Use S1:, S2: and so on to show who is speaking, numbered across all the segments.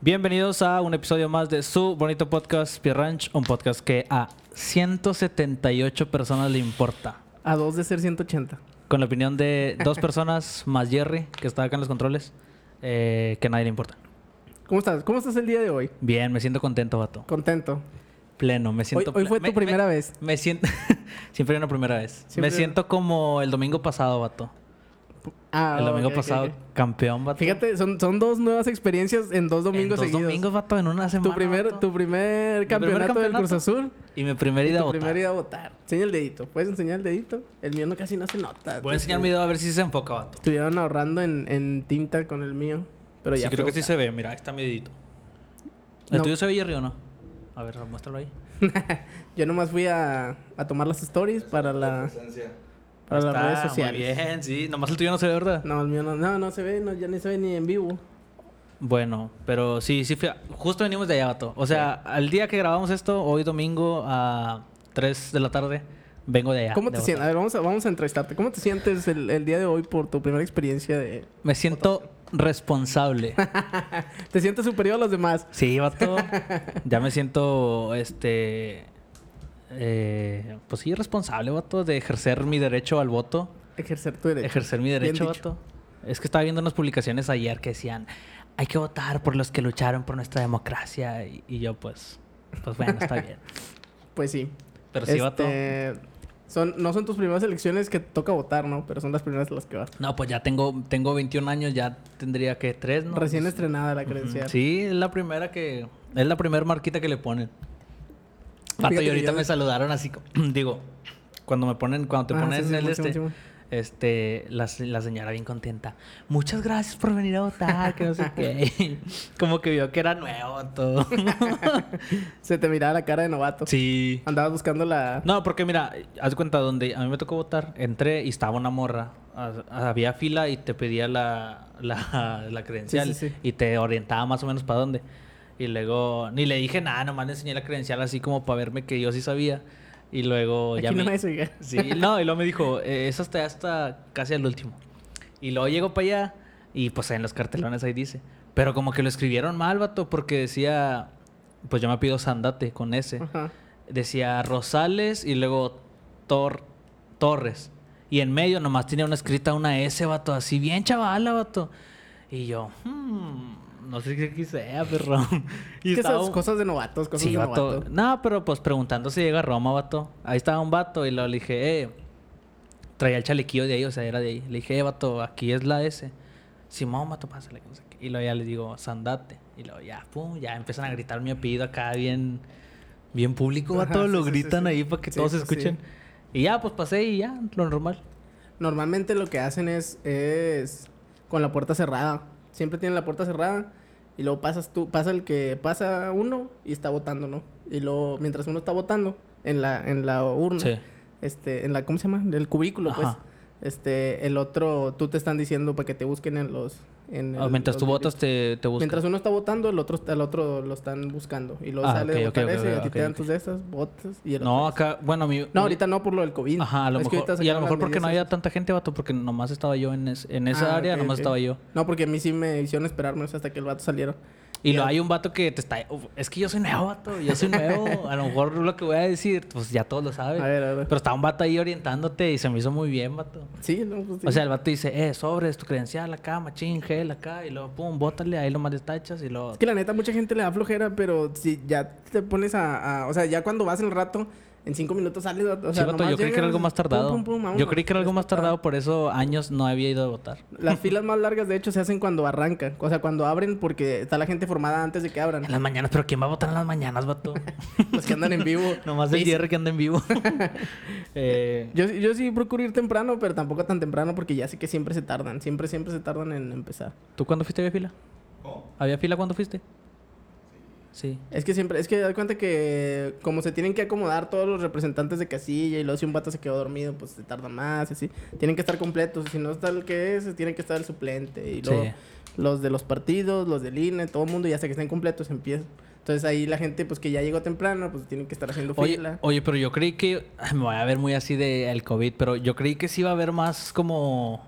S1: Bienvenidos a un episodio más de su bonito podcast, Pier Ranch, un podcast que a 178 personas le importa.
S2: A dos de ser 180.
S1: Con la opinión de dos personas más Jerry, que está acá en los controles, eh, que a nadie le importa.
S2: ¿Cómo estás? ¿Cómo estás el día de hoy?
S1: Bien, me siento contento, vato.
S2: Contento.
S1: Pleno, me siento
S2: hoy fue
S1: ple-
S2: tu
S1: me-
S2: primera
S1: me-
S2: vez.
S1: Me siento. Siempre hay una primera vez.
S2: Siempre
S1: me
S2: hay una-
S1: siento como el domingo pasado, vato.
S2: Ah,
S1: el domingo
S2: ok, ok,
S1: pasado,
S2: ok.
S1: campeón, vato.
S2: Fíjate, son, son dos nuevas experiencias en dos
S1: En
S2: domingos
S1: dos
S2: seguidos.
S1: domingos, vato, en una semana.
S2: tu primer,
S1: vato.
S2: tu primer campeonato del
S1: campeonato.
S2: Cruz Azul.
S1: Y mi primera
S2: Tu
S1: ida a votar.
S2: primer ir a votar. Enseña el dedito. ¿Puedes enseñar el dedito? El mío no casi no se nota.
S1: Voy a enseñar mi dedo a ver si se enfoca, vato.
S2: Estuvieron ahorrando en, en tinta con el mío. Pero
S1: Sí,
S2: ya.
S1: creo
S2: fue
S1: que sí se
S2: votar.
S1: ve. Mira, ahí está mi dedito. ¿El
S2: No.
S1: tuyo se ve, Jerry, o no? A ver, muéstralo ahí.
S2: Yo nomás fui a, a tomar las stories para, la,
S3: presencia.
S2: para las
S1: Está
S2: redes sociales.
S1: Muy bien, sí. Nomás el tuyo no se ve, ¿verdad?
S2: No, el mío no, no, no se ve, no, ya ni se ve ni en vivo.
S1: Bueno, pero sí, sí fui a- Justo venimos de allá, vato. O sea, al día que grabamos esto, hoy domingo a 3 de la tarde, vengo de allá.
S2: ¿Cómo
S1: de
S2: te
S1: Bogotá.
S2: sientes? A ver, vamos a, vamos a entrevistarte. ¿Cómo te sientes el, el día de hoy por tu primera experiencia de...
S1: Me siento responsable.
S2: ¿Te sientes superior a los demás?
S1: Sí, vato. ya me siento, este... eh, pues sí, responsable, vato, de ejercer mi derecho al voto.
S2: Ejercer tu derecho.
S1: Ejercer mi
S2: Este, Bien
S1: derecho,
S2: dicho.
S1: vato. Es que estaba viendo unas publicaciones ayer que decían, hay que votar por los que lucharon por nuestra democracia. Y, y yo, pues, pues bueno, está bien.
S2: Pues sí.
S1: Pero sí, vato.
S2: Este, Son, no son tus primeras elecciones que te toca votar, ¿no? Pero son las primeras a las que vas.
S1: No, pues ya tengo, tengo 21 años, ya tendría que 3, ¿no?
S2: Recién
S1: Pues,
S2: estrenada la
S1: ujú.
S2: credencial.
S1: Sí, es la primera que... Es la primera marquita que le ponen. Pato,
S2: Fíjate
S1: y
S2: que
S1: ahorita
S2: yo-
S1: me saludaron así, co- digo, cuando me ponen, cuando te
S2: Ah,
S1: ponen
S2: sí, Simón,
S1: el
S2: Simón,
S1: este,
S2: Simón.
S1: este, la, se- la señora bien contenta. Muchas gracias por venir a votar, que no sé qué. Como que vio que era nuevo todo.
S2: Se te miraba la cara de novato.
S1: sí.
S2: Andabas buscando la...
S1: No, porque mira, haz de cuenta, donde a mí me tocó votar, entré y estaba una morra. Ha- Había fila y te pedía la, la, la credencial
S2: Sí, sí, sí.
S1: y te orientaba más o menos para dónde. Y luego, ni le dije nada, nomás le enseñé la credencial así como para verme que yo sí sabía. Y luego ya
S2: Aquí no
S1: me...
S2: me sigue.
S1: Sí, no, y luego me dijo, eh, es hasta, hasta casi al último. Y luego llego para allá y pues en los cartelones ahí dice. Pero como que lo escribieron mal, vato, porque decía, pues yo me pido Sandate con ese.
S2: Ajá.
S1: Decía Rosales y luego Tor- Torres. Y en medio nomás tenía una escrita una S, vato, así bien chavala, vato. Y yo, hmm, no sé qué quise, perro. Y
S2: Es que
S1: estaba
S2: esas
S1: un-
S2: cosas de novatos, cosas
S1: Sí,
S2: de
S1: vato.
S2: novato.
S1: No, pero pues preguntando si llega a Roma, vato. Ahí estaba un vato y luego le dije, eh, traía el chalequillo de ahí, o sea, era de ahí. Le dije, eh, vato, aquí es la S. Simón, vato, pásale, que no sé qué. Y luego ya les digo, sandate. Y luego ya, pum, ya empiezan a gritar mi apellido acá bien, bien público,
S2: Ajá,
S1: vato. lo
S2: sí, sí, sí,
S1: gritan
S2: sí.
S1: ahí para que
S2: Sí,
S1: todos
S2: pues,
S1: escuchen. Y ya, pues pasé y ya, lo normal.
S2: Normalmente lo que hacen es, es con la puerta cerrada. Siempre tienen la puerta cerrada y luego pasas tú, pasa el que pasa uno y está votando, ¿no? Y luego mientras uno está votando en la en la urna,
S1: Sí.
S2: este, en la ¿cómo se llama? Del cubículo,
S1: Ajá.
S2: pues. Este, el otro tú te están diciendo para que te busquen en los en
S1: Ah,
S2: el-
S1: mientras
S2: los
S1: tú
S2: libritos.
S1: votas, te, te buscan.
S2: Mientras uno está votando, el otro al otro lo están buscando y lo
S1: Ah,
S2: sale
S1: ok,
S2: de
S1: ok,
S2: votar
S1: ok,
S2: ese y a ti
S1: ok,
S2: te dan
S1: ok.
S2: tus de esas, votas y el
S1: No,
S2: otro.
S1: acá, bueno, mi...
S2: No, ahorita no por lo del COVID.
S1: Ajá, a lo
S2: Es que
S1: mejor.
S2: ahorita
S1: Y a lo
S2: sacaron
S1: mejor
S2: las
S1: porque no
S2: medidas
S1: había tanta gente, vato, porque nomás estaba yo en, es- en esa
S2: Ah,
S1: área,
S2: ok,
S1: nomás
S2: ok.
S1: estaba yo.
S2: No, porque a mí sí me hicieron esperarme o sea, hasta que el vato saliera.
S1: Y
S2: Ya.
S1: lo hay un vato que te está. Uf, es que yo soy nuevo, vato, yo soy nuevo. a lo mejor lo que voy a decir, pues ya todos lo saben.
S2: A ver, a ver.
S1: Pero estaba un vato ahí orientándote y se me hizo muy bien, vato.
S2: Sí, no, pues sí.
S1: O sea, el vato dice, eh, sobres, tu credencial acá, machín, gel acá, y luego, pum, bótale, ahí lo más destachas y luego.
S2: es que la neta, mucha gente le da flojera, pero si ya te pones a, a- O sea, ya cuando vas el rato, en cinco minutos sales. O sea,
S1: Sí, vato,
S2: nomás
S1: yo creí que
S2: llegas,
S1: era algo más
S2: pum,
S1: tardado.
S2: pum, pum, vámonos.
S1: yo creí que era algo más tardado, por eso años no había ido a votar.
S2: Las filas más largas, de hecho, se hacen cuando arrancan. O sea, cuando abren, porque está la gente formada antes de que abran.
S1: En las mañanas, pero ¿quién va a votar en las mañanas, vato?
S2: Los que andan en vivo.
S1: Nomás el
S2: Sí, sí.
S1: hierro que anda en vivo. eh,
S2: Yo, yo sí procuro ir temprano, pero tampoco tan temprano, porque ya sé que siempre se tardan. Siempre, siempre se tardan en empezar.
S1: ¿Tú cuándo fuiste había fila?
S3: ¿Cómo?
S1: ¿Había fila cuando fuiste? Sí.
S2: Es que siempre, es que da cuenta que como se tienen que acomodar todos los representantes de casilla y luego si un vato se quedó dormido, pues se tarda más, y así. Tienen que estar completos, si no está el que es, tienen que estar el suplente y luego
S1: Sí.
S2: los de los partidos, los del INE, todo el mundo ya hasta que estén completos empieza. Entonces ahí la gente pues que ya llegó temprano, pues tienen que estar haciendo
S1: Oye,
S2: fila.
S1: oye, pero yo creí que. Me voy a ver muy así del COVID, pero yo creí que sí iba a haber más como.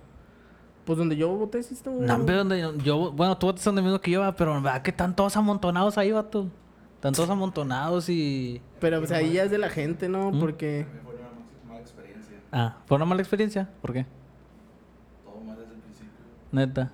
S2: Pues donde yo voté sí estuvo.
S1: No, hombre, donde yo- yo, bueno, tú son del mismo que yo, va, pero ¿verdad que están todos amontonados ahí, vato? Están todos amontonados y.
S2: Pero pues ahí ya es de la gente, ¿no?
S1: ¿Mm?
S2: Porque.
S3: Me fue una mala- mala experiencia.
S1: Ah, ¿fue una mala experiencia? ¿Por qué?
S3: Todo mal desde el principio.
S1: Neta.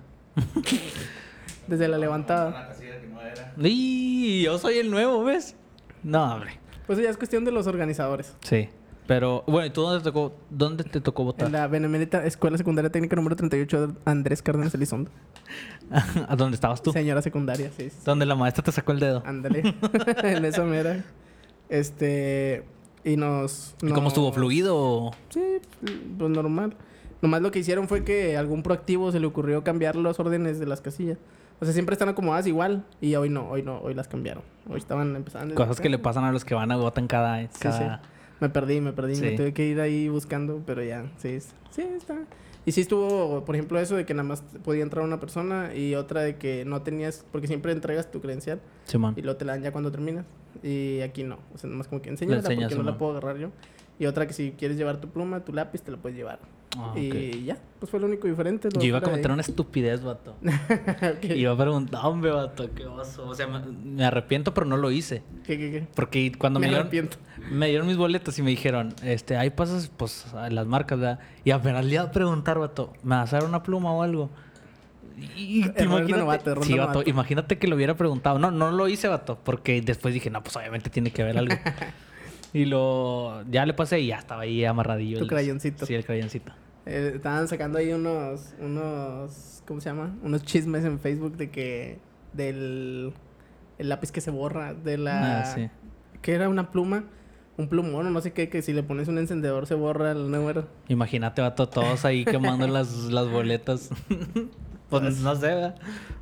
S2: Desde la
S3: Me
S2: levantada.
S3: mandaron a Una casilla que no era.
S1: ¡Y! Yo soy el nuevo, ¿ves? No, hombre.
S2: Pues ya es cuestión de los organizadores.
S1: Sí. Pero, bueno, ¿y tú dónde te tocó, dónde te tocó votar?
S2: En la Benemérita Escuela Secundaria Técnica número 38 de Andrés Cárdenas Elizondo.
S1: ¿A dónde estabas tú?
S2: Señora secundaria, sí. Ah, sí.
S1: Donde la maestra te sacó el dedo.
S2: Ándale. en esa mera. Este. Y nos.
S1: ¿Y cómo
S2: nos-
S1: estuvo? ¿Fluido o...?
S2: Sí, pues normal. Nomás lo que hicieron fue que algún proactivo se le ocurrió cambiar los órdenes de las casillas. O sea, siempre están acomodadas igual. Y hoy no, hoy no, hoy las cambiaron. Hoy estaban empezando. desde
S1: Cosas que le
S2: acá.
S1: pasan a los que van a votar cada... cada...
S2: Me perdí, me perdí. Me
S1: Sí.
S2: tuve que ir ahí buscando, pero ya, sí, es- sí, está. Y sí estuvo, por ejemplo, eso de que nada más podía entrar una persona y otra de que no tenías, porque siempre entregas tu credencial
S1: Simón.
S2: y luego te la dan ya cuando terminas. Y aquí no, o sea, nomás como que enséñala
S1: enseñas,
S2: porque no la
S1: Simón.
S2: puedo agarrar yo. Y otra que si quieres llevar tu pluma, tu lápiz, te la puedes llevar.
S1: Ah, ok.
S2: Y ya, pues fue lo único diferente. lo
S1: Yo iba a
S2: fuera de
S1: cometer
S2: ahí.
S1: una estupidez, vato.
S2: Ok.
S1: Iba a preguntar, hombre, vato, qué oso. O sea, me, me arrepiento, pero no lo hice.
S2: ¿Qué, qué, qué?
S1: Porque cuando me,
S2: Me
S1: dieron,
S2: arrepiento.
S1: me dieron mis boletos y me dijeron, este, ahí pasas, pues, a las marcas, ¿verdad? Y apenas le iba a preguntar, vato, ¿me vas a dar una pluma o algo? Y y
S2: Error de novato, error
S1: sí,
S2: de
S1: vato,
S2: novato.
S1: imagínate que lo hubiera preguntado. No, no lo hice, vato, porque después dije, no, pues obviamente tiene que haber algo. y lo ya le pasé y ya estaba ahí amarradillo.
S2: Tu
S1: el-
S2: crayoncito.
S1: Sí, el crayoncito.
S2: Eh, estaban sacando ahí unos, unos, ¿cómo se llama? Unos chismes en Facebook de que del el lápiz que se borra, de la...
S1: Ah, sí.
S2: Que era una pluma, un plumón, o no sé qué, que si le pones un encendedor se borra el número.
S1: Imagínate, vato, todos ahí quemando las, las boletas. pues no sé, ¿verdad?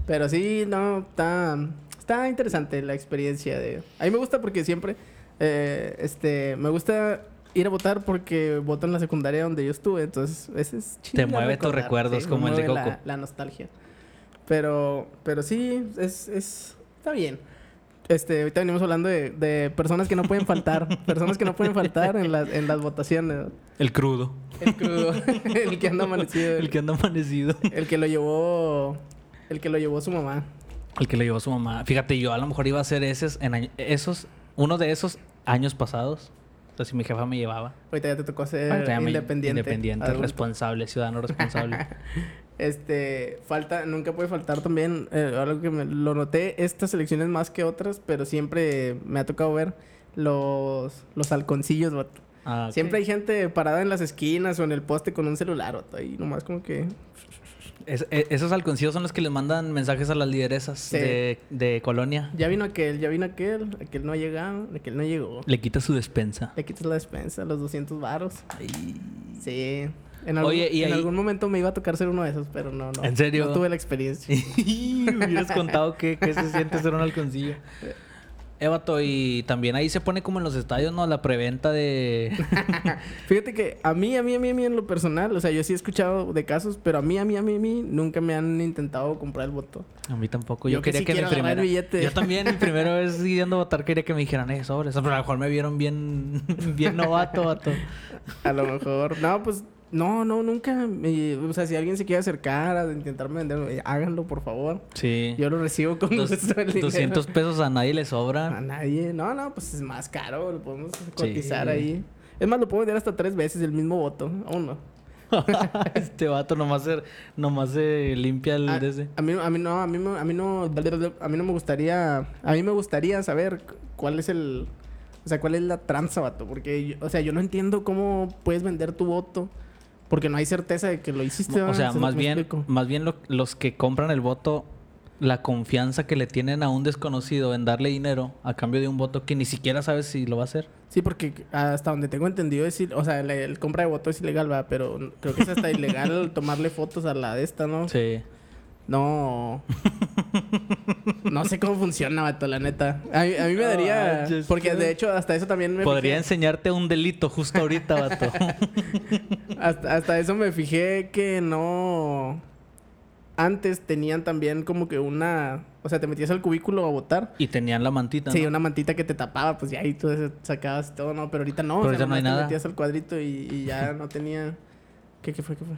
S2: Pero sí, no, está, está interesante la experiencia de... A mí me gusta porque siempre, eh, este, me gusta ir a votar porque voto en la secundaria donde yo estuve, entonces ese es chido.
S1: Te mueve tus
S2: recordar,
S1: recuerdos,
S2: sí,
S1: como
S2: me
S1: el de
S2: mueve
S1: Coco.
S2: La, la nostalgia. Pero, pero sí, es, es, está bien. Este, ahorita venimos hablando de, de personas que no pueden faltar, personas que no pueden faltar en las, en las votaciones.
S1: El crudo.
S2: El crudo, el que anda amanecido,
S1: El que anda amanecido.
S2: el que lo llevó, el que lo llevó su mamá.
S1: El que le llevó a su mamá. Fíjate, yo a lo mejor iba a hacer esos, en año- esos uno de esos años pasados. O sea, si mi jefa me llevaba.
S2: Ahorita ya te tocó ser
S1: Ahorita ya me-
S2: Eh, independiente.
S1: Independiente,
S2: adulto.
S1: responsable, ciudadano responsable.
S2: Este, falta, nunca puede faltar también, eh, algo que me- lo noté, estas elecciones más que otras, pero siempre me ha tocado ver los, los halconcillos, vato.
S1: Ah, ok.
S2: Siempre hay gente parada en las esquinas o en el poste con un celular, vato, ahí nomás como que...
S1: Es- e- esos halconcillos son los que les mandan mensajes a las lideresas
S2: Sí.
S1: de, de colonia.
S2: Ya vino aquel, ya vino aquel, aquel no ha llegado, aquel no llegó.
S1: Le quita su despensa.
S2: Le quitas la despensa, los 200 varos.
S1: Ay.
S2: Sí. En algún,
S1: Oye, y
S2: en
S1: ahí-
S2: algún momento me iba a tocar ser uno de esos, pero no, no.
S1: ¿En serio?
S2: No tuve la experiencia.
S1: Hubieras contado que, se siente ser un halconcillo. Evato, y también ahí se pone como en los estadios, ¿no? La preventa de...
S2: Fíjate que a mí, a mí, a mí, a mí en lo personal, o sea, yo sí he escuchado de casos, pero a mí, a mí, a mí, a mí, nunca me han intentado comprar el voto.
S1: A mí tampoco. Yo,
S2: Yo que
S1: quería
S2: sí
S1: que mi
S2: quiero agarrar
S1: primera...
S2: el billete.
S1: Yo también, mi primera vez yendo a votar, quería que me dijeran, eh, sobres. Pero a lo mejor me vieron bien, bien novato, vato.
S2: A lo mejor, no, pues, no, no, nunca. me- o sea, si alguien se quiere acercar a intentarme vender, eh, háganlo, por favor.
S1: Sí.
S2: Yo lo recibo con
S1: Dos-
S2: gusto el dinero.
S1: 200 pesos a nadie le
S2: A
S1: sobra.
S2: nadie. No, no, pues es más caro, lo podemos cotizar ahí. Es más, lo puedo vender hasta tres veces el mismo voto, aún no.
S1: este vato nomás se, nomás se limpia el...
S2: A,
S1: de ese.
S2: Ah, a mí, a mí no, a mí, no- a mí no, a mí no me gustaría, a mí me gustaría saber cuál es el, o sea, cuál es la tranza, vato, porque, yo- o sea, yo no entiendo cómo puedes vender tu voto, porque no hay certeza de que lo hiciste.
S1: O
S2: ¿verdad?
S1: sea,
S2: ¿Sí me
S1: más bien,
S2: explico?
S1: más bien lo- los que compran el voto, la confianza que le tienen a un desconocido en darle dinero a cambio de un voto que ni siquiera sabes si lo va a hacer.
S2: Sí, porque hasta donde tengo entendido es, il- o sea, la el compra de voto es ilegal, va, pero n- creo que es hasta ilegal tomarle fotos a la de esta, ¿no?
S1: Sí.
S2: No. No sé cómo funciona, vato, la neta. A mí, a mí me daría.
S1: manches,
S2: Porque
S1: ¿qué?
S2: de hecho, hasta eso también me.
S1: Podría
S2: fijé.
S1: enseñarte un delito justo ahorita, vato.
S2: Hasta, hasta eso me fijé que no. Antes tenían también como que una. O sea, te metías al cubículo a votar.
S1: y tenían la mantita.
S2: Sí,
S1: ¿no?
S2: una mantita que te tapaba, pues ya ahí tú sacabas todo, ¿no? Pero ahorita
S1: Pero
S2: no. o sea,
S1: ahorita no hay
S2: nomás te
S1: nada.
S2: metías al cuadrito y, y ya no tenía. ¿Qué, qué fue? ¿Qué fue?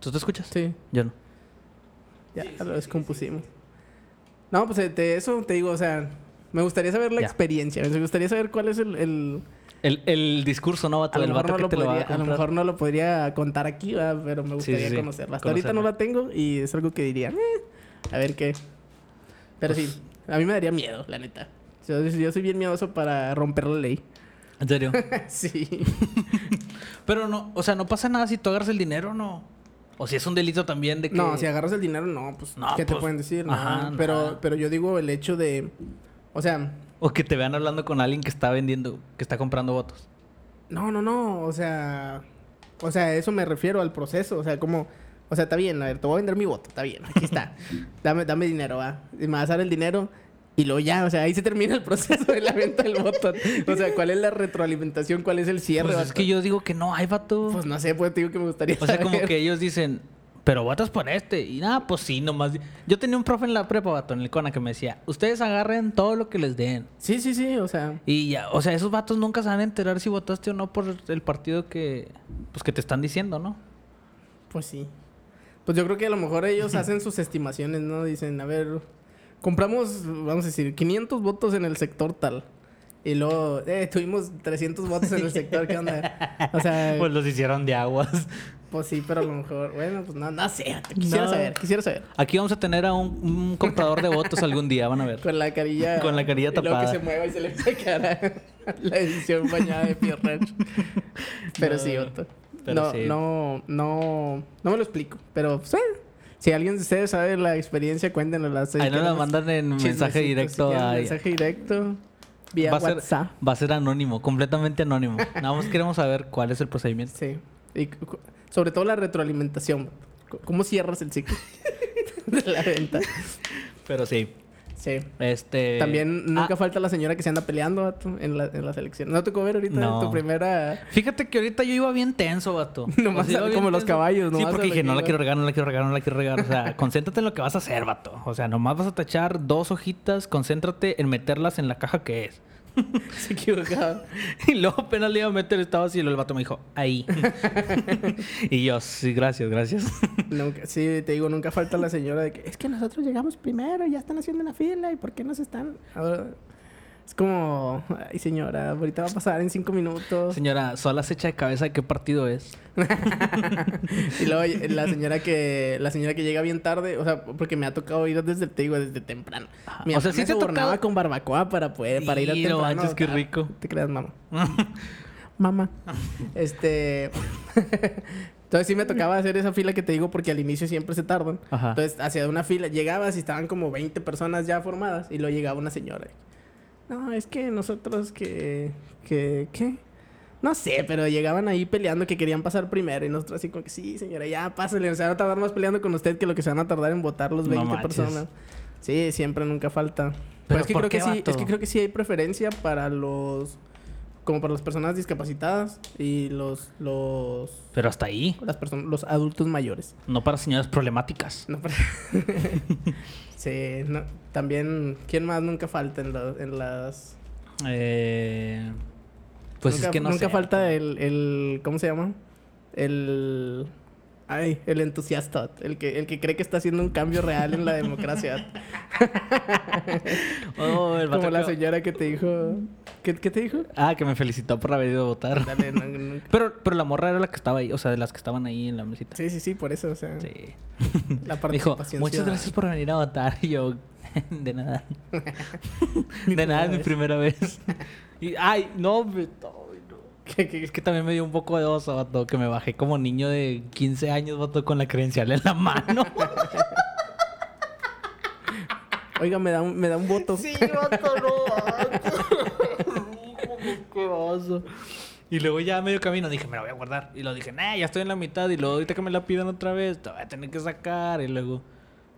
S1: ¿Tú te escuchas?
S2: Sí,
S1: Yo no.
S2: ya
S3: Sí, sí,
S2: lo
S3: sí,
S2: descompusimos. No, pues eh, te- eso te digo, o sea, me gustaría saber la
S1: Ya.
S2: experiencia. Me gustaría saber cuál es el. el-
S1: El, el discurso no,
S2: a,
S1: vato,
S2: lo
S1: del
S2: mejor
S1: vato
S2: no
S1: que
S2: lo
S1: te lo va
S2: podría,
S1: a
S2: a lo
S1: comprar.
S2: mejor no lo podría contar aquí, ¿verdad? pero me
S1: Sí, sí,
S2: gustaría
S1: sí.
S2: conocerla. Hasta ahorita no
S1: Conocerla.
S2: la tengo y es algo que diría, "Eh, a ver qué. Pero
S1: Pues-
S2: sí, a mí me daría miedo, la neta. Yo, yo soy bien miedoso para romper la ley.
S1: En serio.
S2: sí.
S1: Pero no, o sea, no pasa nada si tú agarras el dinero, no. O si es un delito también de que.
S2: No, si agarras el dinero, no, pues
S1: No,
S2: ¿qué te
S1: pues,
S2: pueden decir?
S1: ajá,
S2: Nada.
S1: nada.
S2: pero, pero yo digo el hecho de. O sea,
S1: O que te vean hablando con alguien que está vendiendo, que está comprando votos.
S2: no, no, no. O sea. O sea, a eso me refiero al proceso. O sea, como. O sea, está bien, a ver, te voy a vender mi voto, está bien, aquí está. dame, dame dinero, va. Y me vas a dar el dinero y luego ya, o sea, ahí se termina el proceso de la venta del voto. O sea, ¿cuál es la retroalimentación? ¿Cuál es el cierre?
S1: Pues es
S2: vato?
S1: que yo digo que no hay vato.
S2: Pues no sé, pues te digo que me gustaría.
S1: o sea, como
S2: saber.
S1: que ellos dicen, pero votas por este. Y nada, pues sí, nomás. di- Yo tenía un profe en la prepa, vato, en el CONA, que me decía, ustedes agarren todo lo que les den.
S2: Sí, sí, sí, o sea.
S1: Y ya, o sea, esos vatos nunca se van a enterar si votaste o no por el partido que, pues, que te están diciendo, ¿no?
S2: Pues sí. Pues yo creo que a lo mejor ellos hacen sus estimaciones, ¿no? Dicen, a ver, compramos, vamos a decir, 500 votos en el sector tal. Y luego, eh, tuvimos 300 votos en el sector, ¿qué onda? O sea,
S1: Pues los hicieron de aguas.
S2: pues sí, pero a lo mejor, bueno, pues no, no sé. Quisiera
S1: No.
S2: saber, quisiera saber.
S1: Aquí vamos a tener a un, un contador de votos algún día, van a ver.
S2: Con la carilla.
S1: Con la carilla
S2: y luego
S1: tapada.
S2: que se mueva y se le ve la cara. la edición bañada de Pierre Ranch. Pero
S1: No,
S2: sí, Otto.
S1: pero
S2: no,
S1: sí.
S2: no, no, no me lo explico. Pero, pues, eh, si alguien de ustedes sabe la experiencia, cuéntenosla. Si
S1: Ahí nos la
S2: quieren,
S1: mandan en
S2: chismecito,
S1: mensaje
S2: si
S1: directo
S2: quieren,
S1: a...
S2: Mensaje directo. Vía
S1: va a ser-
S2: WhatsApp.
S1: va a ser anónimo, completamente anónimo. Nada más queremos saber cuál es el procedimiento.
S2: Sí. Y cu- cu- sobre todo la retroalimentación. C- ¿Cómo cierras el ciclo de la venta?
S1: Pero sí,
S2: Sí.
S1: este...
S2: También
S1: ah,
S2: nunca falta la señora que se anda peleando vato, en, la, en las elecciones. ¿No te tocó ver ahorita
S1: No.
S2: tu primera...?
S1: Fíjate que ahorita yo iba bien tenso, vato.
S2: Nomás
S1: iba bien
S2: como los caballos,
S1: Sí,
S2: nomás a
S1: porque
S2: lo
S1: dije,
S2: que
S1: no la
S2: iba".
S1: quiero regar, no la quiero regar, no la quiero regar. O sea, concéntrate en lo que vas a hacer, vato. O sea, nomás vas a tachar dos hojitas, concéntrate en meterlas en la caja que es.
S2: Se equivocaba.
S1: Y luego apenas le iba a meter, estaba así y luego el vato me dijo, ahí. y yo, sí, gracias, gracias.
S2: Nunca- sí, te digo, nunca falta la señora de que es que nosotros llegamos primero, ya están haciendo la fila y ¿por qué nos están? Ahora, es como, ay señora, ahorita va a pasar en cinco minutos.
S1: Señora, sola se echa de cabeza de qué partido es.
S2: y luego eh, la señora que la señora que llega bien tarde, o sea, porque me ha tocado ir desde, te digo, desde temprano.
S1: Ajá.
S2: Mi
S1: O sea,
S2: mamá
S1: sí
S2: me
S1: te ha
S2: sobornaba
S1: tocado-
S2: con barbacoa para poder para ir a
S1: Sí, no
S2: temprano.
S1: manches, qué
S2: ah,
S1: rico.
S2: Te creas, mamá. Mamá. este Entonces sí me tocaba hacer esa fila que te digo porque al inicio siempre se tardan.
S1: Ajá.
S2: Entonces, hacia una fila, llegabas y estaban como 20 personas ya formadas y luego llegaba una señora. No, es que nosotros que... que ¿Qué? No sé, pero llegaban ahí peleando que querían pasar primero y nosotros así como que sí, señora, ya pásale, se van a tardar más peleando con usted que lo que se van a tardar en votar los
S1: No
S2: 20
S1: manches.
S2: personas. Sí, siempre, nunca falta.
S1: ¿Pero
S2: Pero, es que
S1: por
S2: creo
S1: qué,
S2: que sí,
S1: vato?
S2: es que creo que sí hay preferencia para los... Como para las personas discapacitadas y los... los
S1: Pero hasta ahí,
S2: las personas, los adultos mayores.
S1: no para señoras problemáticas.
S2: No, pero- sí, no, también, ¿quién más nunca falta en, la- en las...
S1: Eh, pues
S2: nunca,
S1: es que no
S2: Nunca
S1: sé.
S2: falta el, el, ¿cómo se llama? El... Ay, el entusiasta, el que, el que cree que está haciendo un cambio real en la democracia.
S1: Oh, el vato
S2: Como la
S1: que-
S2: señora que te dijo... ¿Qué, qué te dijo?
S1: Ah, que me felicitó por haber ido a votar.
S2: Dale, no, nunca.
S1: Pero, pero la morra era la que estaba ahí, o sea, de las que estaban ahí en la mesita.
S2: Sí, sí, sí, por eso, o sea,
S1: Sí.
S2: la
S1: Me Dijo,
S2: participación
S1: muchas
S2: ciudadana".
S1: gracias por venir a votar. Y yo, de nada.
S2: Mi
S1: de nada, es mi
S2: primera
S1: primera vez. Y, ay, no, me- ay, no.
S2: Que- que-
S1: Es que también me dio un poco de oso, vato, que me bajé como niño de 15 años, vato, con la credencial en la mano.
S2: Oiga, me da un, me da un voto.
S1: vato, Qué oso. Y luego ya a medio camino dije, me la voy a guardar. Y luego dije, nah, ya estoy en la mitad. Y luego ahorita que me la pidan otra vez, te voy a tener que sacar. Y luego,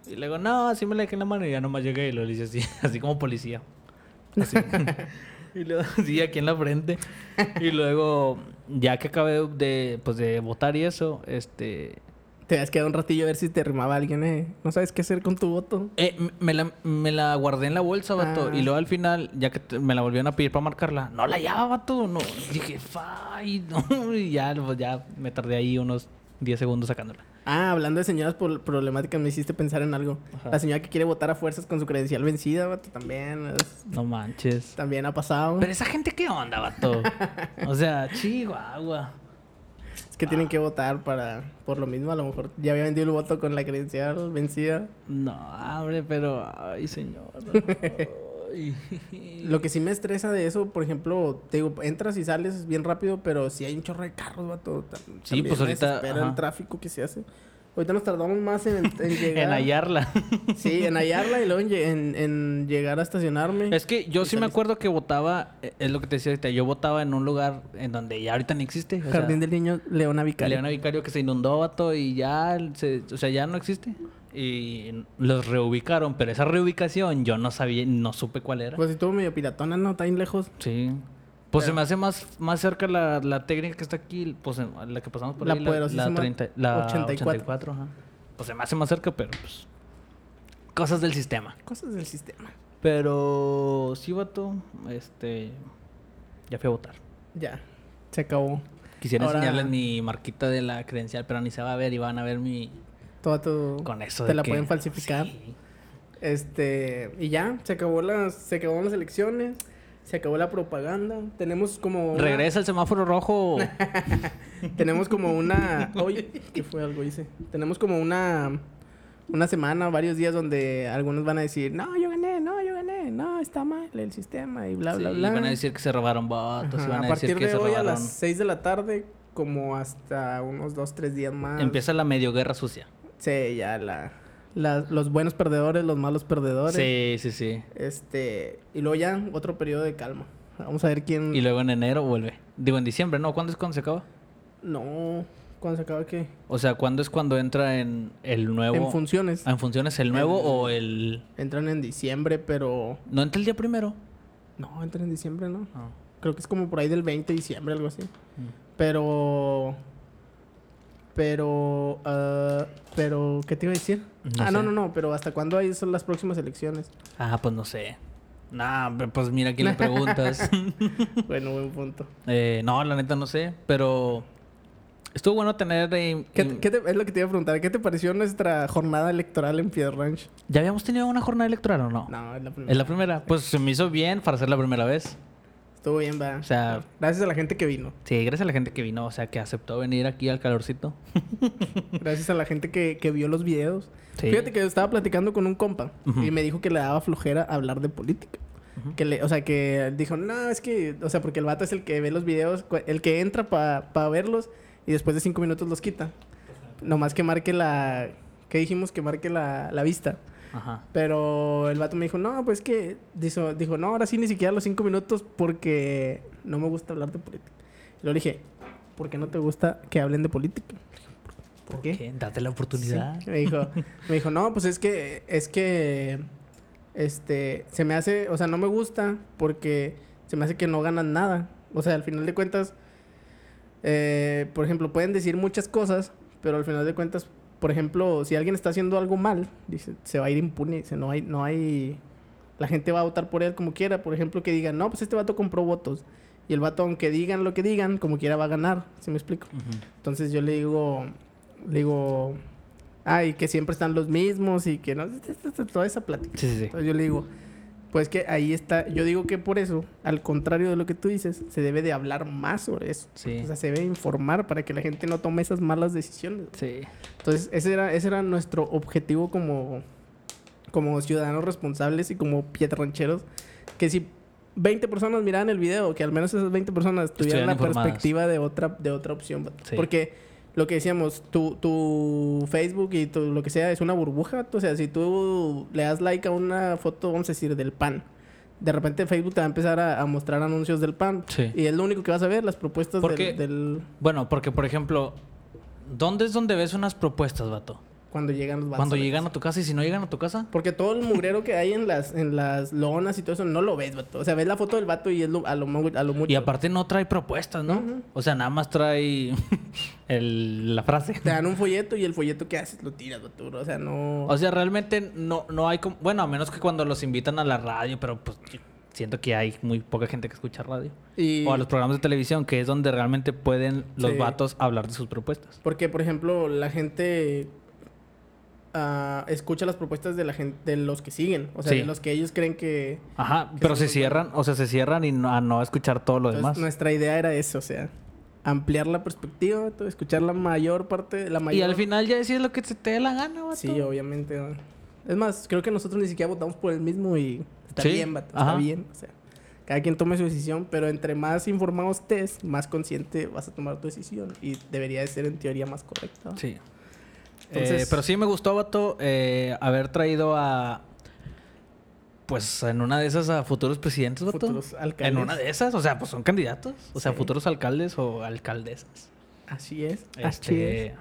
S1: y luego, no, así me la dejé en la mano. Y ya nomás llegué y lo hice así, así como policía. Así. y luego, así aquí en la frente. Y luego, ya que acabé de, pues, de votar y eso, este,
S2: Te habías quedado un ratillo a ver si te rimaba alguien, eh. No sabes qué hacer con tu voto.
S1: Eh, m- me, la, me la guardé en la bolsa, vato.
S2: Ah.
S1: Y luego al final, ya que te- me la volvieron a pedir para marcarla, no la hallaba, vato. No. Dije, "Fay, no. Y ya, pues, ya me tardé ahí unos 10 segundos sacándola.
S2: Ah, hablando de señoras por problemáticas, me hiciste pensar en algo.
S1: Ajá.
S2: La señora que quiere votar a fuerzas con su credencial vencida, vato, también, es-
S1: No manches.
S2: también ha pasado.
S1: Pero esa gente, ¿qué onda, vato? o sea, chihuahua.
S2: Es que
S1: ah.
S2: tienen que votar para, por lo mismo, a lo mejor ya había vendido el voto con la credencial vencida.
S1: No, hombre, pero... Ay, señor. Ay.
S2: Lo que sí me estresa de eso, por ejemplo, te digo, entras y sales bien rápido, pero si hay un chorro de carros, vato. tam-
S1: Sí,
S2: también
S1: pues
S2: me
S1: ahorita,
S2: desespera
S1: ajá.
S2: el tráfico que se hace. Ahorita nos tardamos más en, en llegar.
S1: En hallarla.
S2: Sí, en hallarla y luego en, lle- en- en llegar a estacionarme.
S1: Es que yo sí me acuerdo que votaba, eh, es lo que te decía ahorita, yo votaba en un lugar en donde ya ahorita no existe. o sea,
S2: Jardín del Niño Leona Vicario.
S1: Leona Vicario que se inundó, vato, y ya, se- o sea, ya no existe. Y los reubicaron, pero esa reubicación yo no sabía, no supe cuál era.
S2: Pues si estuvo medio piratona, no, está bien lejos.
S1: sí. Pues se me hace más, más cerca la, la técnica que está aquí, pues en- la que pasamos por
S2: La
S1: ahí,
S2: poderosísima
S1: 30 la
S2: 84.
S1: 84. ajá. Pues se me hace más cerca, pero pues... Cosas del sistema.
S2: Cosas del sistema.
S1: Pero sí, vato, este... Ya fui a votar.
S2: Ya, se acabó.
S1: Quisiera
S2: Ahora-
S1: enseñarles mi marquita de la credencial, pero ni se va a ver y van a ver mi...
S2: Todo tu...
S1: Con eso
S2: Te
S1: de
S2: la
S1: que-
S2: pueden falsificar.
S1: Sí.
S2: Este, y ya, se acabó las, se acabaron las elecciones, se acabó la propaganda. Tenemos como una-
S1: Regresa el semáforo rojo.
S2: Tenemos como una hoy que fue algo hice. Tenemos como una una semana, varios días donde algunos van a decir, "No, yo gané, no, yo gané, no, está mal el sistema" y bla bla
S1: Sí,
S2: bla.
S1: van a decir que se robaron votos, y
S2: Ajá,
S1: van a,
S2: a
S1: decir
S2: partir
S1: que
S2: de
S1: se
S2: hoy a
S1: robaron.
S2: las 6 de la tarde como hasta unos 2, 3 días más.
S1: Empieza la medio guerra sucia.
S2: Sí, ya la, la- los buenos perdedores, los malos perdedores.
S1: Sí, sí, sí.
S2: Este, y luego ya otro periodo de calma. Vamos a ver quién
S1: Y luego en enero vuelve. Digo, en diciembre, ¿no? ¿Cuándo es cuando se acaba?
S2: No, cuando se acaba qué?
S1: O sea, ¿cuándo es cuando entra en el nuevo...
S2: En funciones.
S1: Ah, ¿En funciones el nuevo o el...?
S2: Entran en diciembre, pero
S1: ¿No entra el día primero?
S2: no, entran en diciembre, ¿no?
S1: Ah.
S2: Creo que es como por ahí del 20 de diciembre, algo así. Mm. Pero pero ah, pero ¿qué te iba a decir?
S1: No
S2: ah, no,
S1: sé.
S2: no, no, pero ¿hasta cuándo hay son las próximas elecciones?
S1: Ah, pues no sé. Nah, hombre, pues mira aquí le preguntas.
S2: bueno, buen punto.
S1: Eh, no, la neta no sé, pero estuvo bueno tener... eh,
S2: ¿Qué,
S1: eh,
S2: qué te- es lo que te iba a preguntar, ¿qué te pareció nuestra jornada electoral en Piedra Ranch?
S1: ¿Ya habíamos tenido una jornada electoral o no?
S2: No, es la primera.
S1: Es la primera. Pues se me hizo bien para ser la primera vez.
S2: Estuvo bien, va.
S1: O sea,
S2: Gracias a la gente que vino.
S1: sí, gracias a la gente que vino, o sea, que aceptó venir aquí al calorcito.
S2: Gracias a la gente que, que vio los videos.
S1: Sí.
S2: Fíjate que yo estaba platicando con un compa
S1: Ujú.
S2: y me dijo que le daba flojera hablar de política. que le, o sea, que dijo, no, es que, o sea, porque el vato es el que ve los videos, cu- el que entra para verlos y después de cinco minutos los quita. Nomás que marque la, ¿qué dijimos? Que marque la, la vista.
S1: Ajá.
S2: Pero el vato me dijo, no, pues que, dijo, dijo, no, ahora sí ni siquiera los cinco minutos porque no me gusta hablar de política. Y le dije, ¿por qué no te gusta que hablen de política? ¿Por, qué?
S1: Date la
S2: Sí.
S1: oportunidad.
S2: Me dijo, me dijo, no, pues es que, es que, este, se me hace, o sea, no me gusta porque se me hace que no ganan nada. O sea, al final de cuentas, eh, por ejemplo, pueden decir muchas cosas, pero al final de cuentas, por ejemplo, si alguien está haciendo algo mal, dice, se va a ir impune, dice, no hay, no hay, la gente va a votar por él como quiera. Por ejemplo, que digan, no, pues este vato compró votos. Y el vato, aunque digan lo que digan, como quiera va a ganar. ¿Sí me explico?
S1: Ujú.
S2: Entonces yo le digo, le digo, ay, que siempre están los mismos y que no, toda esa plática.
S1: Sí, sí, sí.
S2: Entonces yo le digo, pues que ahí está, yo digo que por eso, al contrario de lo que tú dices, se debe de hablar más sobre eso.
S1: Sí.
S2: O sea, se debe informar para que la gente no tome esas malas decisiones.
S1: Sí.
S2: Entonces ese era, ese era nuestro objetivo como, como ciudadanos responsables y como pietrancheros, que si... 20 personas miraban el video, que al menos esas 20 personas tuvieran
S1: Estuvieran
S2: la
S1: informadas.
S2: perspectiva de otra, de otra opción. vato.
S1: Sí.
S2: Porque lo que decíamos, tu, tu Facebook y tu, lo que sea es una burbuja. vato. O sea, si tú le das like a una foto, vamos a decir, del pan, de repente Facebook te va a empezar a, a mostrar anuncios del pan.
S1: Sí.
S2: Y es lo único que vas a ver, las propuestas
S1: ¿Por
S2: del,
S1: qué?
S2: del-
S1: Bueno, porque, por ejemplo, ¿dónde es donde ves unas propuestas, vato?
S2: Cuando llegan los vatos
S1: Cuando
S2: a la
S1: llegan
S2: casa.
S1: a tu casa y si no llegan a tu casa.
S2: Porque todo el mugrero que hay en las, en las lonas y todo eso no lo ves, vato. O sea, ves la foto del vato y es lo- a, lo, mu- a lo mucho.
S1: Y aparte no trae propuestas, ¿no?
S2: Ujú.
S1: O sea, nada más trae el- la frase.
S2: Te dan un folleto y el folleto que haces lo tiras, vato. O sea, no...
S1: O sea, realmente no, no hay como... Bueno, a menos que cuando los invitan a la radio, pero pues... siento que hay muy poca gente que escucha radio.
S2: Y
S1: O a los programas de televisión, que es donde realmente pueden los
S2: Sí.
S1: vatos hablar de sus propuestas.
S2: Porque, por ejemplo, la gente ah, escucha las propuestas de la gente, de los que siguen, o sea,
S1: Sí.
S2: de los que ellos creen que...
S1: Ajá,
S2: Que
S1: pero
S2: son
S1: se
S2: los
S1: cierran, o sea, se cierran y no, a no escuchar todo lo
S2: Entonces,
S1: demás.
S2: nuestra idea era eso, o sea, ampliar la perspectiva, todo, escuchar la mayor parte, la mayor...
S1: Y al final ya decides lo que se te dé la gana, vato.
S2: Sí, obviamente. ¿no? Es más, creo que nosotros ni siquiera votamos por el mismo y está
S1: Sí,
S2: bien, vato,
S1: ajá.
S2: está bien. O sea, cada quien tome su decisión, pero entre más informado estés, más consciente vas a tomar tu decisión y debería de ser en teoría más correcta. ¿no?
S1: Sí.
S2: Entonces-
S1: Eh, pero sí me gustó, vato, eh, haber traído a. Pues en una de esas a futuros presidentes, vato.
S2: Futuros alcaldes.
S1: En una de esas, o sea, pues son candidatos. O sea,
S2: Sí.
S1: futuros alcaldes o alcaldesas.
S2: Así es. Así
S1: Este,
S2: es.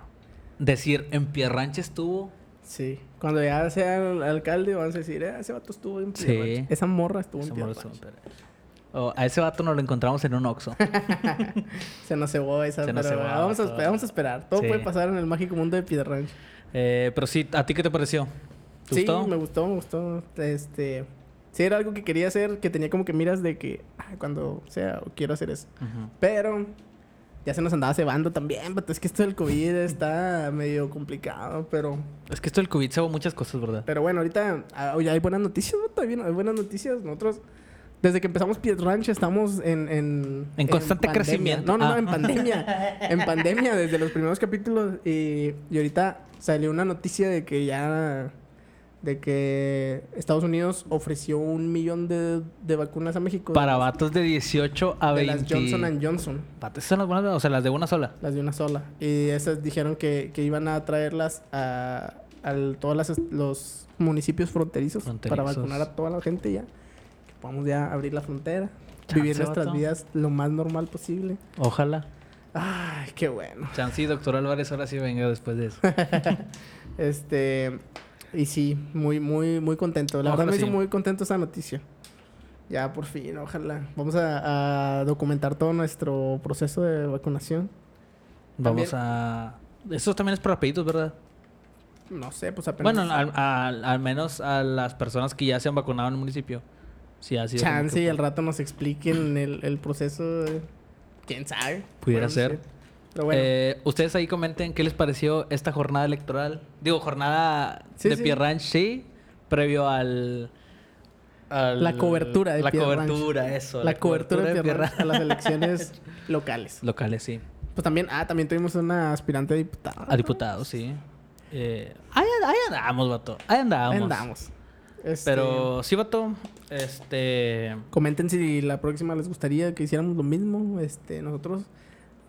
S1: Decir, en Pierranche estuvo.
S2: Sí. Cuando ya sean alcalde van a decir, "Eh, ese vato estuvo en
S1: Sí.
S2: Piedad Ranch. Esa morra estuvo
S1: Ese
S2: en
S1: morro
S2: Piedad
S1: estuvo en
S2: Ranch".
S1: Pierranche. O a ese vato nos lo encontramos en un Oxxo.
S2: Se nos cebó esa,
S1: Se nos
S2: pero
S1: cebó,
S2: vamos, a
S1: todo.
S2: esperar, vamos a esperar. Todo
S1: Sí.
S2: puede pasar en el mágico mundo de Piedad Ranch.
S1: Eh, pero sí, ¿a ti qué te pareció? ¿Te
S2: Sí,
S1: gustó?
S2: me gustó, me gustó. Este, sí era algo que quería hacer, que tenía como que miras de que "Ah, cuando sea quiero hacer eso.
S1: Ujú.
S2: Pero ya se nos andaba cebando también, pero es que esto del COVID está medio complicado, pero
S1: Es que esto del COVID se va muchas cosas, ¿verdad?
S2: pero bueno, ahorita ah, oye, hay buenas noticias, ¿no? Todavía no hay buenas noticias. Nosotros desde que empezamos Piet Ranch estamos en en,
S1: En constante
S2: pandemia.
S1: crecimiento.
S2: No, no, no,
S1: Ah.
S2: en pandemia. en pandemia desde los primeros capítulos y, y ahorita salió una noticia de que ya de que Estados Unidos ofreció un millón de, de vacunas a México.
S1: Para vatos de 18 a
S2: de
S1: 20.
S2: las Johnson and Johnson.
S1: Vato, ¿esas son las buenas, o sea, las de una sola.
S2: Las de una sola. Y esas dijeron que, que iban a traerlas a, al- todas las est- los municipios fronterizos, para
S1: Fronterizos.
S2: vacunar a toda la gente ya. Que podamos ya abrir la frontera.
S1: Chance,
S2: vivir nuestras
S1: vato.
S2: vidas lo más normal posible.
S1: Ojalá.
S2: Ay, qué bueno.
S1: Chance y doctor Álvarez ahora sí venga después de eso.
S2: Este. Y sí, muy, muy, muy contento. La
S1: Ojalá
S2: verdad me
S1: sí.
S2: hizo muy contento esa noticia. Ya, por fin, ojalá. Vamos a, a documentar todo nuestro proceso de vacunación.
S1: Vamos a... Eso también es para pedidos, ¿verdad?
S2: No sé, pues apenas.
S1: Bueno, al, al- al menos a las personas que ya se han vacunado en el municipio. Sí, ha sido como
S2: Chance
S1: que
S2: y al rato nos expliquen el, el proceso. de- ¿Quién sabe?
S1: Pudiera
S2: Podemos
S1: ser.
S2: ir. Pero bueno,
S1: Eh, ustedes ahí comenten qué les pareció esta jornada electoral. Digo, jornada
S2: Sí,
S1: de
S2: sí.
S1: Pierranch, sí, previo al, al-
S2: la cobertura de
S1: La
S2: Piedra Ranch.
S1: cobertura, eso.
S2: La, cobertura, de Piedra Ranch
S1: Pierranch.
S2: a las elecciones locales.
S1: Locales, sí.
S2: Pues también, ah, también tuvimos una aspirante diputada.
S1: A diputados, sí. Eh, ahí, ahí andamos, vato. Ahí
S2: Ahí
S1: andamos.
S2: Andamos. Este,
S1: Pero sí, vato. Este.
S2: Comenten si la próxima les gustaría que hiciéramos lo mismo. Este, nosotros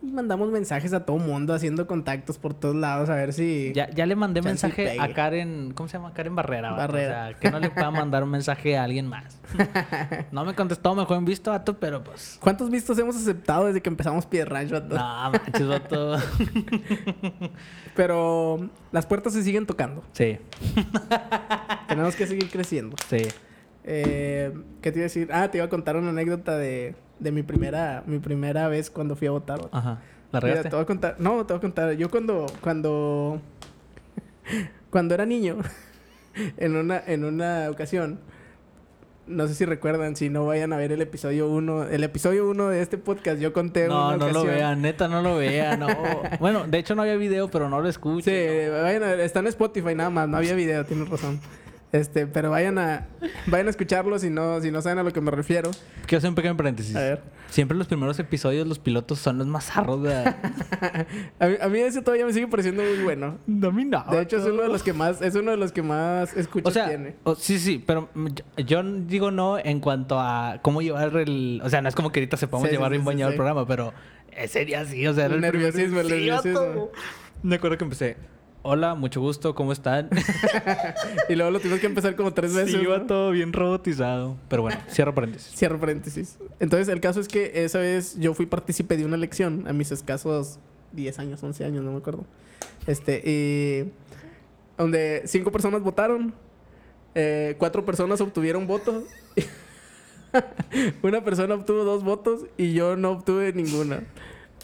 S2: mandamos mensajes a todo mundo, haciendo contactos por todos lados, a ver si.
S1: Ya, ya le mandé
S2: Chance y
S1: mensaje a
S2: pegue.
S1: Karen. ¿Cómo se llama? Karen Barrera. vato.
S2: Barrera.
S1: O sea, que no le pueda mandar un mensaje a alguien más. No me contestó, mejor en visto, vato, pero pues.
S2: ¿Cuántos vistos hemos aceptado desde que empezamos Piedra Ranch? vato?
S1: No, manches, vato.
S2: Pero las puertas se siguen tocando.
S1: Sí,
S2: Tenemos que seguir creciendo.
S1: sí.
S2: Eh, ¿Qué te iba a decir? Ah, te iba a contar una anécdota de, de mi, primera, mi primera vez cuando fui a votar.
S1: Ajá. Ah, ¿La
S2: Mira,
S1: regaste?
S2: te voy a contar. No, te voy a contar. Yo cuando. Cuando, cuando era niño, en una, en una ocasión. No sé si recuerdan, si no vayan a ver el episodio 1. El episodio 1 de este podcast, yo conté
S1: No,
S2: una
S1: no lo
S2: ocasión.
S1: vean, neta, no lo vean. No. Bueno, de hecho no había video, pero no lo escuché.
S2: Sí, vayan a ver, está en Spotify nada más, no había video, tienes razón. Este, pero vayan a, vayan a escucharlo si no, si no saben a lo que me refiero.
S1: Quiero hacer un pequeño paréntesis.
S2: A ver.
S1: Siempre los primeros episodios, los pilotos son los más zarros de.
S2: A mí, a mí ese todavía me sigue pareciendo muy bueno. De hecho, es uno de los que más, es uno de los que más escuchas
S1: Ah, O sea,
S2: tiene.
S1: o- sí, sí, pero mm, yo, yo digo no en cuanto a cómo llevar el. O sea, no es como que ahorita sepamos
S2: Sí, sí,
S1: llevar
S2: sí,
S1: bien buen
S2: sí,
S1: llevar el
S2: sí.
S1: programa, pero eh, sería así, o sea, era
S2: El
S1: primer-
S2: nerviosismo, el
S1: Sí, vato.
S2: nerviosismo.
S1: Me acuerdo que empecé. Hola, mucho gusto, ¿cómo están?
S2: Y luego lo tienes que empezar como tres veces.
S1: sí, iba
S2: ¿no?
S1: todo bien robotizado. Pero bueno, cierro paréntesis.
S2: Cierro paréntesis. Entonces, el caso es que esa vez yo fui partícipe de una elección a mis escasos 10 años, 11 años, no me acuerdo. Este, y. Donde cinco personas votaron, eh, cuatro personas obtuvieron votos. una persona obtuvo dos votos y yo no obtuve ninguno.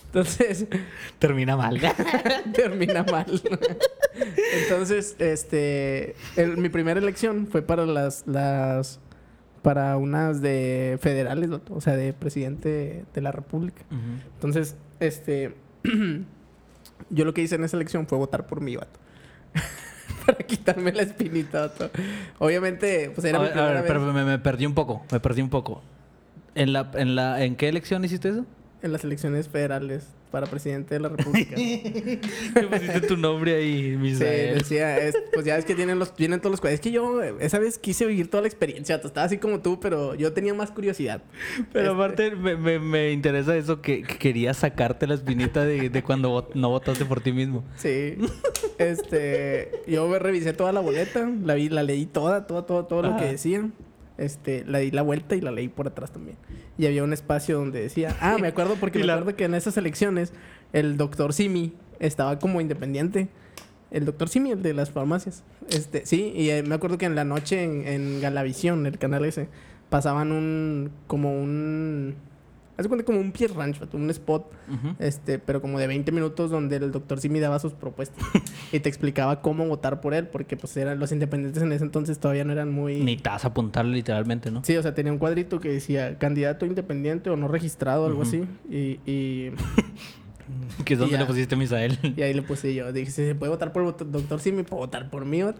S2: Entonces,
S1: Termina mal.
S2: termina mal. Entonces, este, el- mi primera elección fue para las, las para unas de federales, vato, o sea, de presidente de la República.
S1: Ujú.
S2: Entonces, este. yo lo que hice en esa elección fue votar por mí, vato. Para quitarme la espinita, vato. Obviamente, pues era
S1: a
S2: mi
S1: ver, a ver,
S2: primera vez
S1: pero me, me perdí un poco, me perdí un poco. ¿En, la, en, la, ¿En qué elección hiciste eso?
S2: en las elecciones federales para presidente de la República. sí,
S1: Que pusiste tu nombre ahí, Misael.
S2: decía, es- pues ya es que tienen los tienen todos los cuadros. Es que yo eh, esa vez quise vivir toda la experiencia, vato. estaba así como tú, pero yo tenía más curiosidad.
S1: Pero
S2: Este,
S1: aparte me, me- me interesa eso que, que querías sacarte la espinita de, de cuando vot- no votaste por ti mismo.
S2: Sí. Este, yo me revisé toda la boleta, la vi, la leí toda, toda, todo, todo lo que
S1: Ajá.
S2: decía. Este, la di la vuelta y la leí por atrás también. Y había un espacio donde decía, ah, me acuerdo porque
S1: Y
S2: me
S1: la-
S2: acuerdo que en esas elecciones el doctor Simi estaba como independiente. El doctor Simi, el de las farmacias. Este, sí, y eh, me acuerdo que en la noche en, en Galavisión, el canal ese, pasaban un como un haz de cuenta como un Pierre Ranch, vato, un spot
S1: Ujú.
S2: este, pero como de 20 minutos donde el doctor Simi daba sus propuestas y te explicaba cómo votar por él, porque pues eran los independientes en ese entonces todavía no eran muy...
S1: Ni te vas a apuntar literalmente, ¿no?
S2: Sí, o sea, tenía un cuadrito que decía candidato independiente o no registrado, algo así, y, y,
S1: Que es donde
S2: Ya.
S1: le pusiste Misael.
S2: y ahí le puse yo, dije, si se puede votar por el voto- doctor Simi, puedo votar por mí. vato".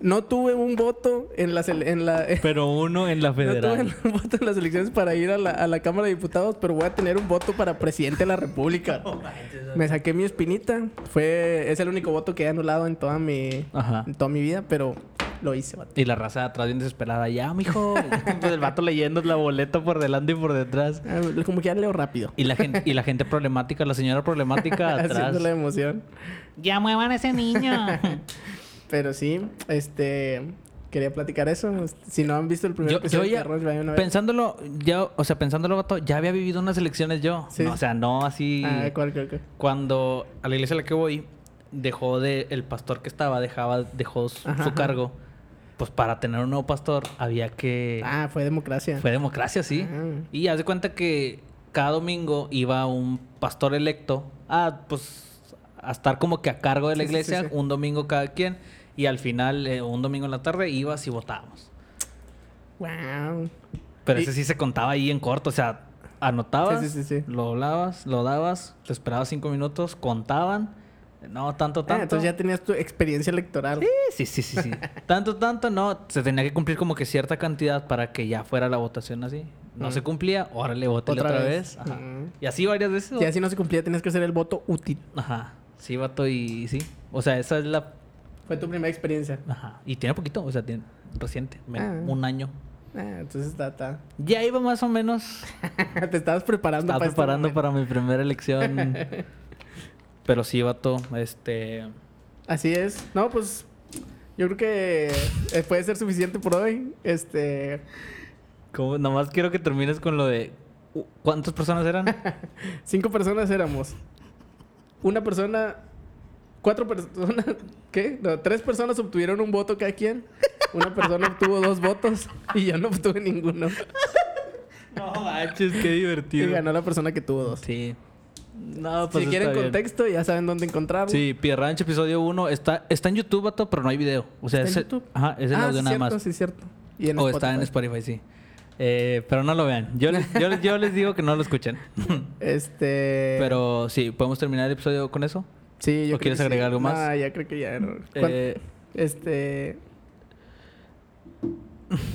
S2: No tuve un voto en las... ele- En la,
S1: Pero uno en la
S2: no tuve
S1: federal.
S2: un voto en las elecciones para ir a la, a la Cámara de Diputados, pero voy a tener un voto para presidente de la República. vato. Me saqué mi espinita. Fue, es el único voto que he anulado en toda mi,
S1: Ajá.
S2: en toda mi vida, pero lo hice, vato.
S1: Y la raza de atrás bien desesperada. Ya, mijo. Pues el vato leyendo la boleta por delante y por detrás.
S2: Ah, Como que ya leo rápido.
S1: Y la gente, y la gente problemática, la señora problemática atrás.
S2: Haciendo la emoción.
S1: Ya muevan a ese niño.
S2: Pero sí, este. Quería platicar eso. Si no han visto el primer
S1: Yo- yo
S2: episodio, de
S1: ya-
S2: Terror, vayan a ver.
S1: pensándolo, ya, o sea, pensándolo, vato, ya había vivido unas elecciones yo.
S2: Sí.
S1: No, o sea, no así.
S2: Ah, ¿cuál, cuál, cuál?
S1: cuando a la iglesia a la que voy dejó de el pastor que estaba dejaba dejó su,
S2: Ajá,
S1: su
S2: ajá.
S1: cargo pues para tener un nuevo pastor había que
S2: Ah, fue democracia.
S1: fue democracia sí
S2: Ah.
S1: y haz de cuenta que cada domingo iba un pastor electo a pues a estar como que a cargo de la
S2: Sí, sí, sí,
S1: iglesia
S2: sí.
S1: un domingo cada quien y al final eh, un domingo en la tarde ibas y votábamos
S2: Wow.
S1: pero
S2: Y-
S1: ese sí se contaba ahí en corto o sea anotabas
S2: Sí, sí, sí, sí.
S1: lo hablabas, lo dabas, te esperabas cinco minutos, contaban. No, tanto,
S2: Ah,
S1: tanto.
S2: entonces ya tenías tu experiencia electoral.
S1: Sí, sí, sí, sí. tanto, tanto, no. Se tenía que cumplir como que cierta cantidad para que ya fuera la votación así. No
S2: Mm.
S1: se cumplía, órale, vótale otra, vez. Ajá.
S2: Mm.
S1: Y así varias veces.
S2: Ya si no se cumplía, tenías que hacer el voto útil.
S1: Ajá. Sí, vato, y sí. O sea, esa es la...
S2: Fue tu primera experiencia.
S1: Ajá. Y tiene poquito, o sea, tiene reciente, me-
S2: Ah.
S1: un año.
S2: Ah, entonces está, está.
S1: Ya iba más o menos
S2: Te estabas preparando
S1: Estaba
S2: para este
S1: preparando
S2: momento.
S1: para mi primera elección. Pero sí, vato, este...
S2: Así es. No, pues yo creo que eh, puede ser suficiente por hoy. Este,
S1: ¿Cómo? Nomás quiero que termines con lo de. u- ¿Cuántas personas eran?
S2: cinco personas éramos. Una persona, cuatro personas, ¿qué? No, tres personas obtuvieron un voto cada quien. Una persona obtuvo dos votos y yo no obtuve ninguno.
S1: No manches, qué divertido.
S2: Y ganó la persona que tuvo dos.
S1: Sí. No, pues.
S2: si quieren
S1: está bien.
S2: contexto, ya saben dónde encontrarlo.
S1: Sí, Pierranch episodio 1 está, está en YouTube, vato, pero no hay video. O sea,
S2: ¿Está en
S1: es el-
S2: YouTube?
S1: Ajá, es el
S2: ah,
S1: audio
S2: sí,
S1: nada
S2: cierto,
S1: más.
S2: sí, cierto. Y en
S1: o está en
S2: Spotify.
S1: Spotify, sí. Eh, pero no lo vean. Yo les, yo, les- yo les digo que no lo escuchen.
S2: Eh. Este.
S1: pero sí, ¿podemos terminar el episodio con eso?
S2: Sí, yo
S1: ¿O
S2: creo
S1: quieres
S2: que sí.
S1: agregar algo más?
S2: Ah, ya creo que ya. no. ¿Cuán-
S1: Eh,
S2: Este.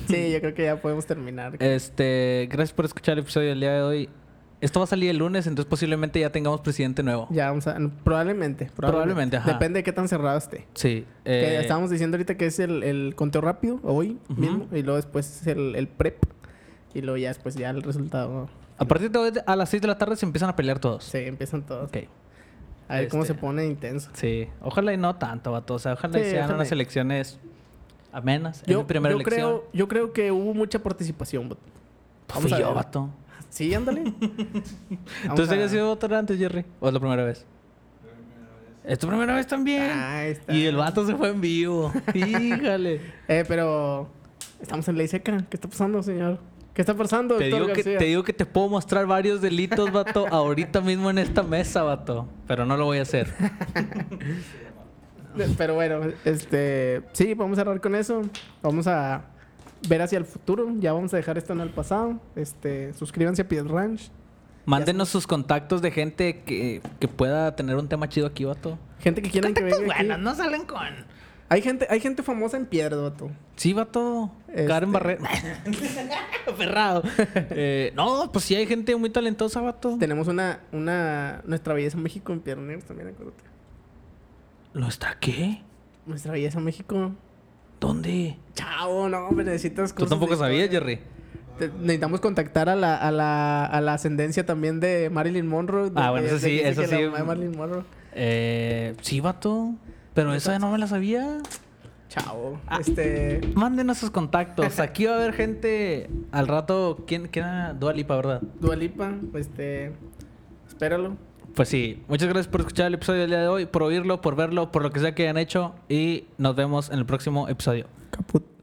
S2: Sí, yo creo que ya podemos terminar.
S1: este, gracias por escuchar el episodio del día de hoy. Esto va a salir el lunes, entonces posiblemente ya tengamos presidente nuevo.
S2: Ya vamos a. Probablemente. Probablemente,
S1: Probablemente, ajá.
S2: Depende de qué tan cerrado esté.
S1: Sí.
S2: Que
S1: eh,
S2: estábamos diciendo ahorita que es el, el conteo rápido hoy
S1: Ujú.
S2: mismo. Y luego después es el, el prep. Y luego ya después ya el resultado.
S1: A partir de hoy, a las 6 de la tarde se empiezan a pelear todos.
S2: Se empiezan todos.
S1: Ok.
S2: A ver cómo se
S1: Este.
S2: pone intenso.
S1: Sí. Ojalá y no tanto, vato. O sea, ojalá y
S2: Sí,
S1: sean
S2: ojalá.
S1: unas elecciones amenas. Es
S2: Yo,
S1: mi primera
S2: yo
S1: elección.
S2: creo, yo creo que hubo mucha participación. bot.
S1: Pues
S2: vamos
S1: fui
S2: a
S1: yo,
S2: ver.
S1: vato.
S2: Sí, ándale.
S1: ¿Tú
S2: Vamos a-
S1: habías ido a votar antes, Jerry? ¿O es la primera vez? Es tu primera vez también.
S2: Ahí Ah, está.
S1: Y el vato se fue en vivo. Híjale.
S2: Eh, pero estamos en ley seca. ¿Qué está pasando, señor? ¿Qué está pasando,
S1: te,
S2: doctor
S1: digo que,
S2: García?
S1: te digo que te puedo mostrar varios delitos, vato, ahorita mismo en esta mesa, vato. Pero no lo voy a hacer.
S2: Eh, Pero bueno, este... Sí, vamos a cerrar con eso. Vamos a... ver hacia el futuro. Ya vamos a dejar esto en el pasado. Este, suscríbanse a Pied Ranch.
S1: Mándenos sus contactos de gente que, que pueda tener un tema chido aquí, vato.
S2: Gente que quieran que venga aquí.
S1: Bueno, no salen con.
S2: Hay gente, hay gente famosa en piedra, vato.
S1: Sí, vato.
S2: Este-
S1: Karen Barrera. Ferrado. Eh, no, pues sí hay gente muy talentosa, vato.
S2: Tenemos una, una, nuestra belleza México en Pioneers también, acuérdate.
S1: ¿No está qué?
S2: Nuestra belleza México.
S1: ¿Dónde?
S2: Chao, no, hombre, necesitas
S1: Tú
S2: cosas
S1: tampoco
S2: de
S1: sabías,
S2: historia.
S1: Jerry.
S2: Te- necesitamos contactar a la, a la, a la ascendencia también de Marilyn Monroe. de-
S1: Ah, bueno, eso
S2: de- de
S1: sí,
S2: que dice
S1: eso
S2: que la
S1: sí.
S2: mamá de Marilyn Monroe.
S1: Eh, sí, vato. Pero esa no me la sabía.
S2: Chao.
S1: Ah.
S2: Este.
S1: Mándenos sus contactos. Aquí va a haber gente al rato. ¿Quién, quién era? Dua Lipa, ¿verdad?
S2: Dualipa, este. Espéralo.
S1: Pues sí. Muchas gracias por escuchar el episodio del día de hoy, por oírlo, por verlo, por lo que sea que hayan hecho. Y nos vemos en el próximo episodio.
S2: Caput.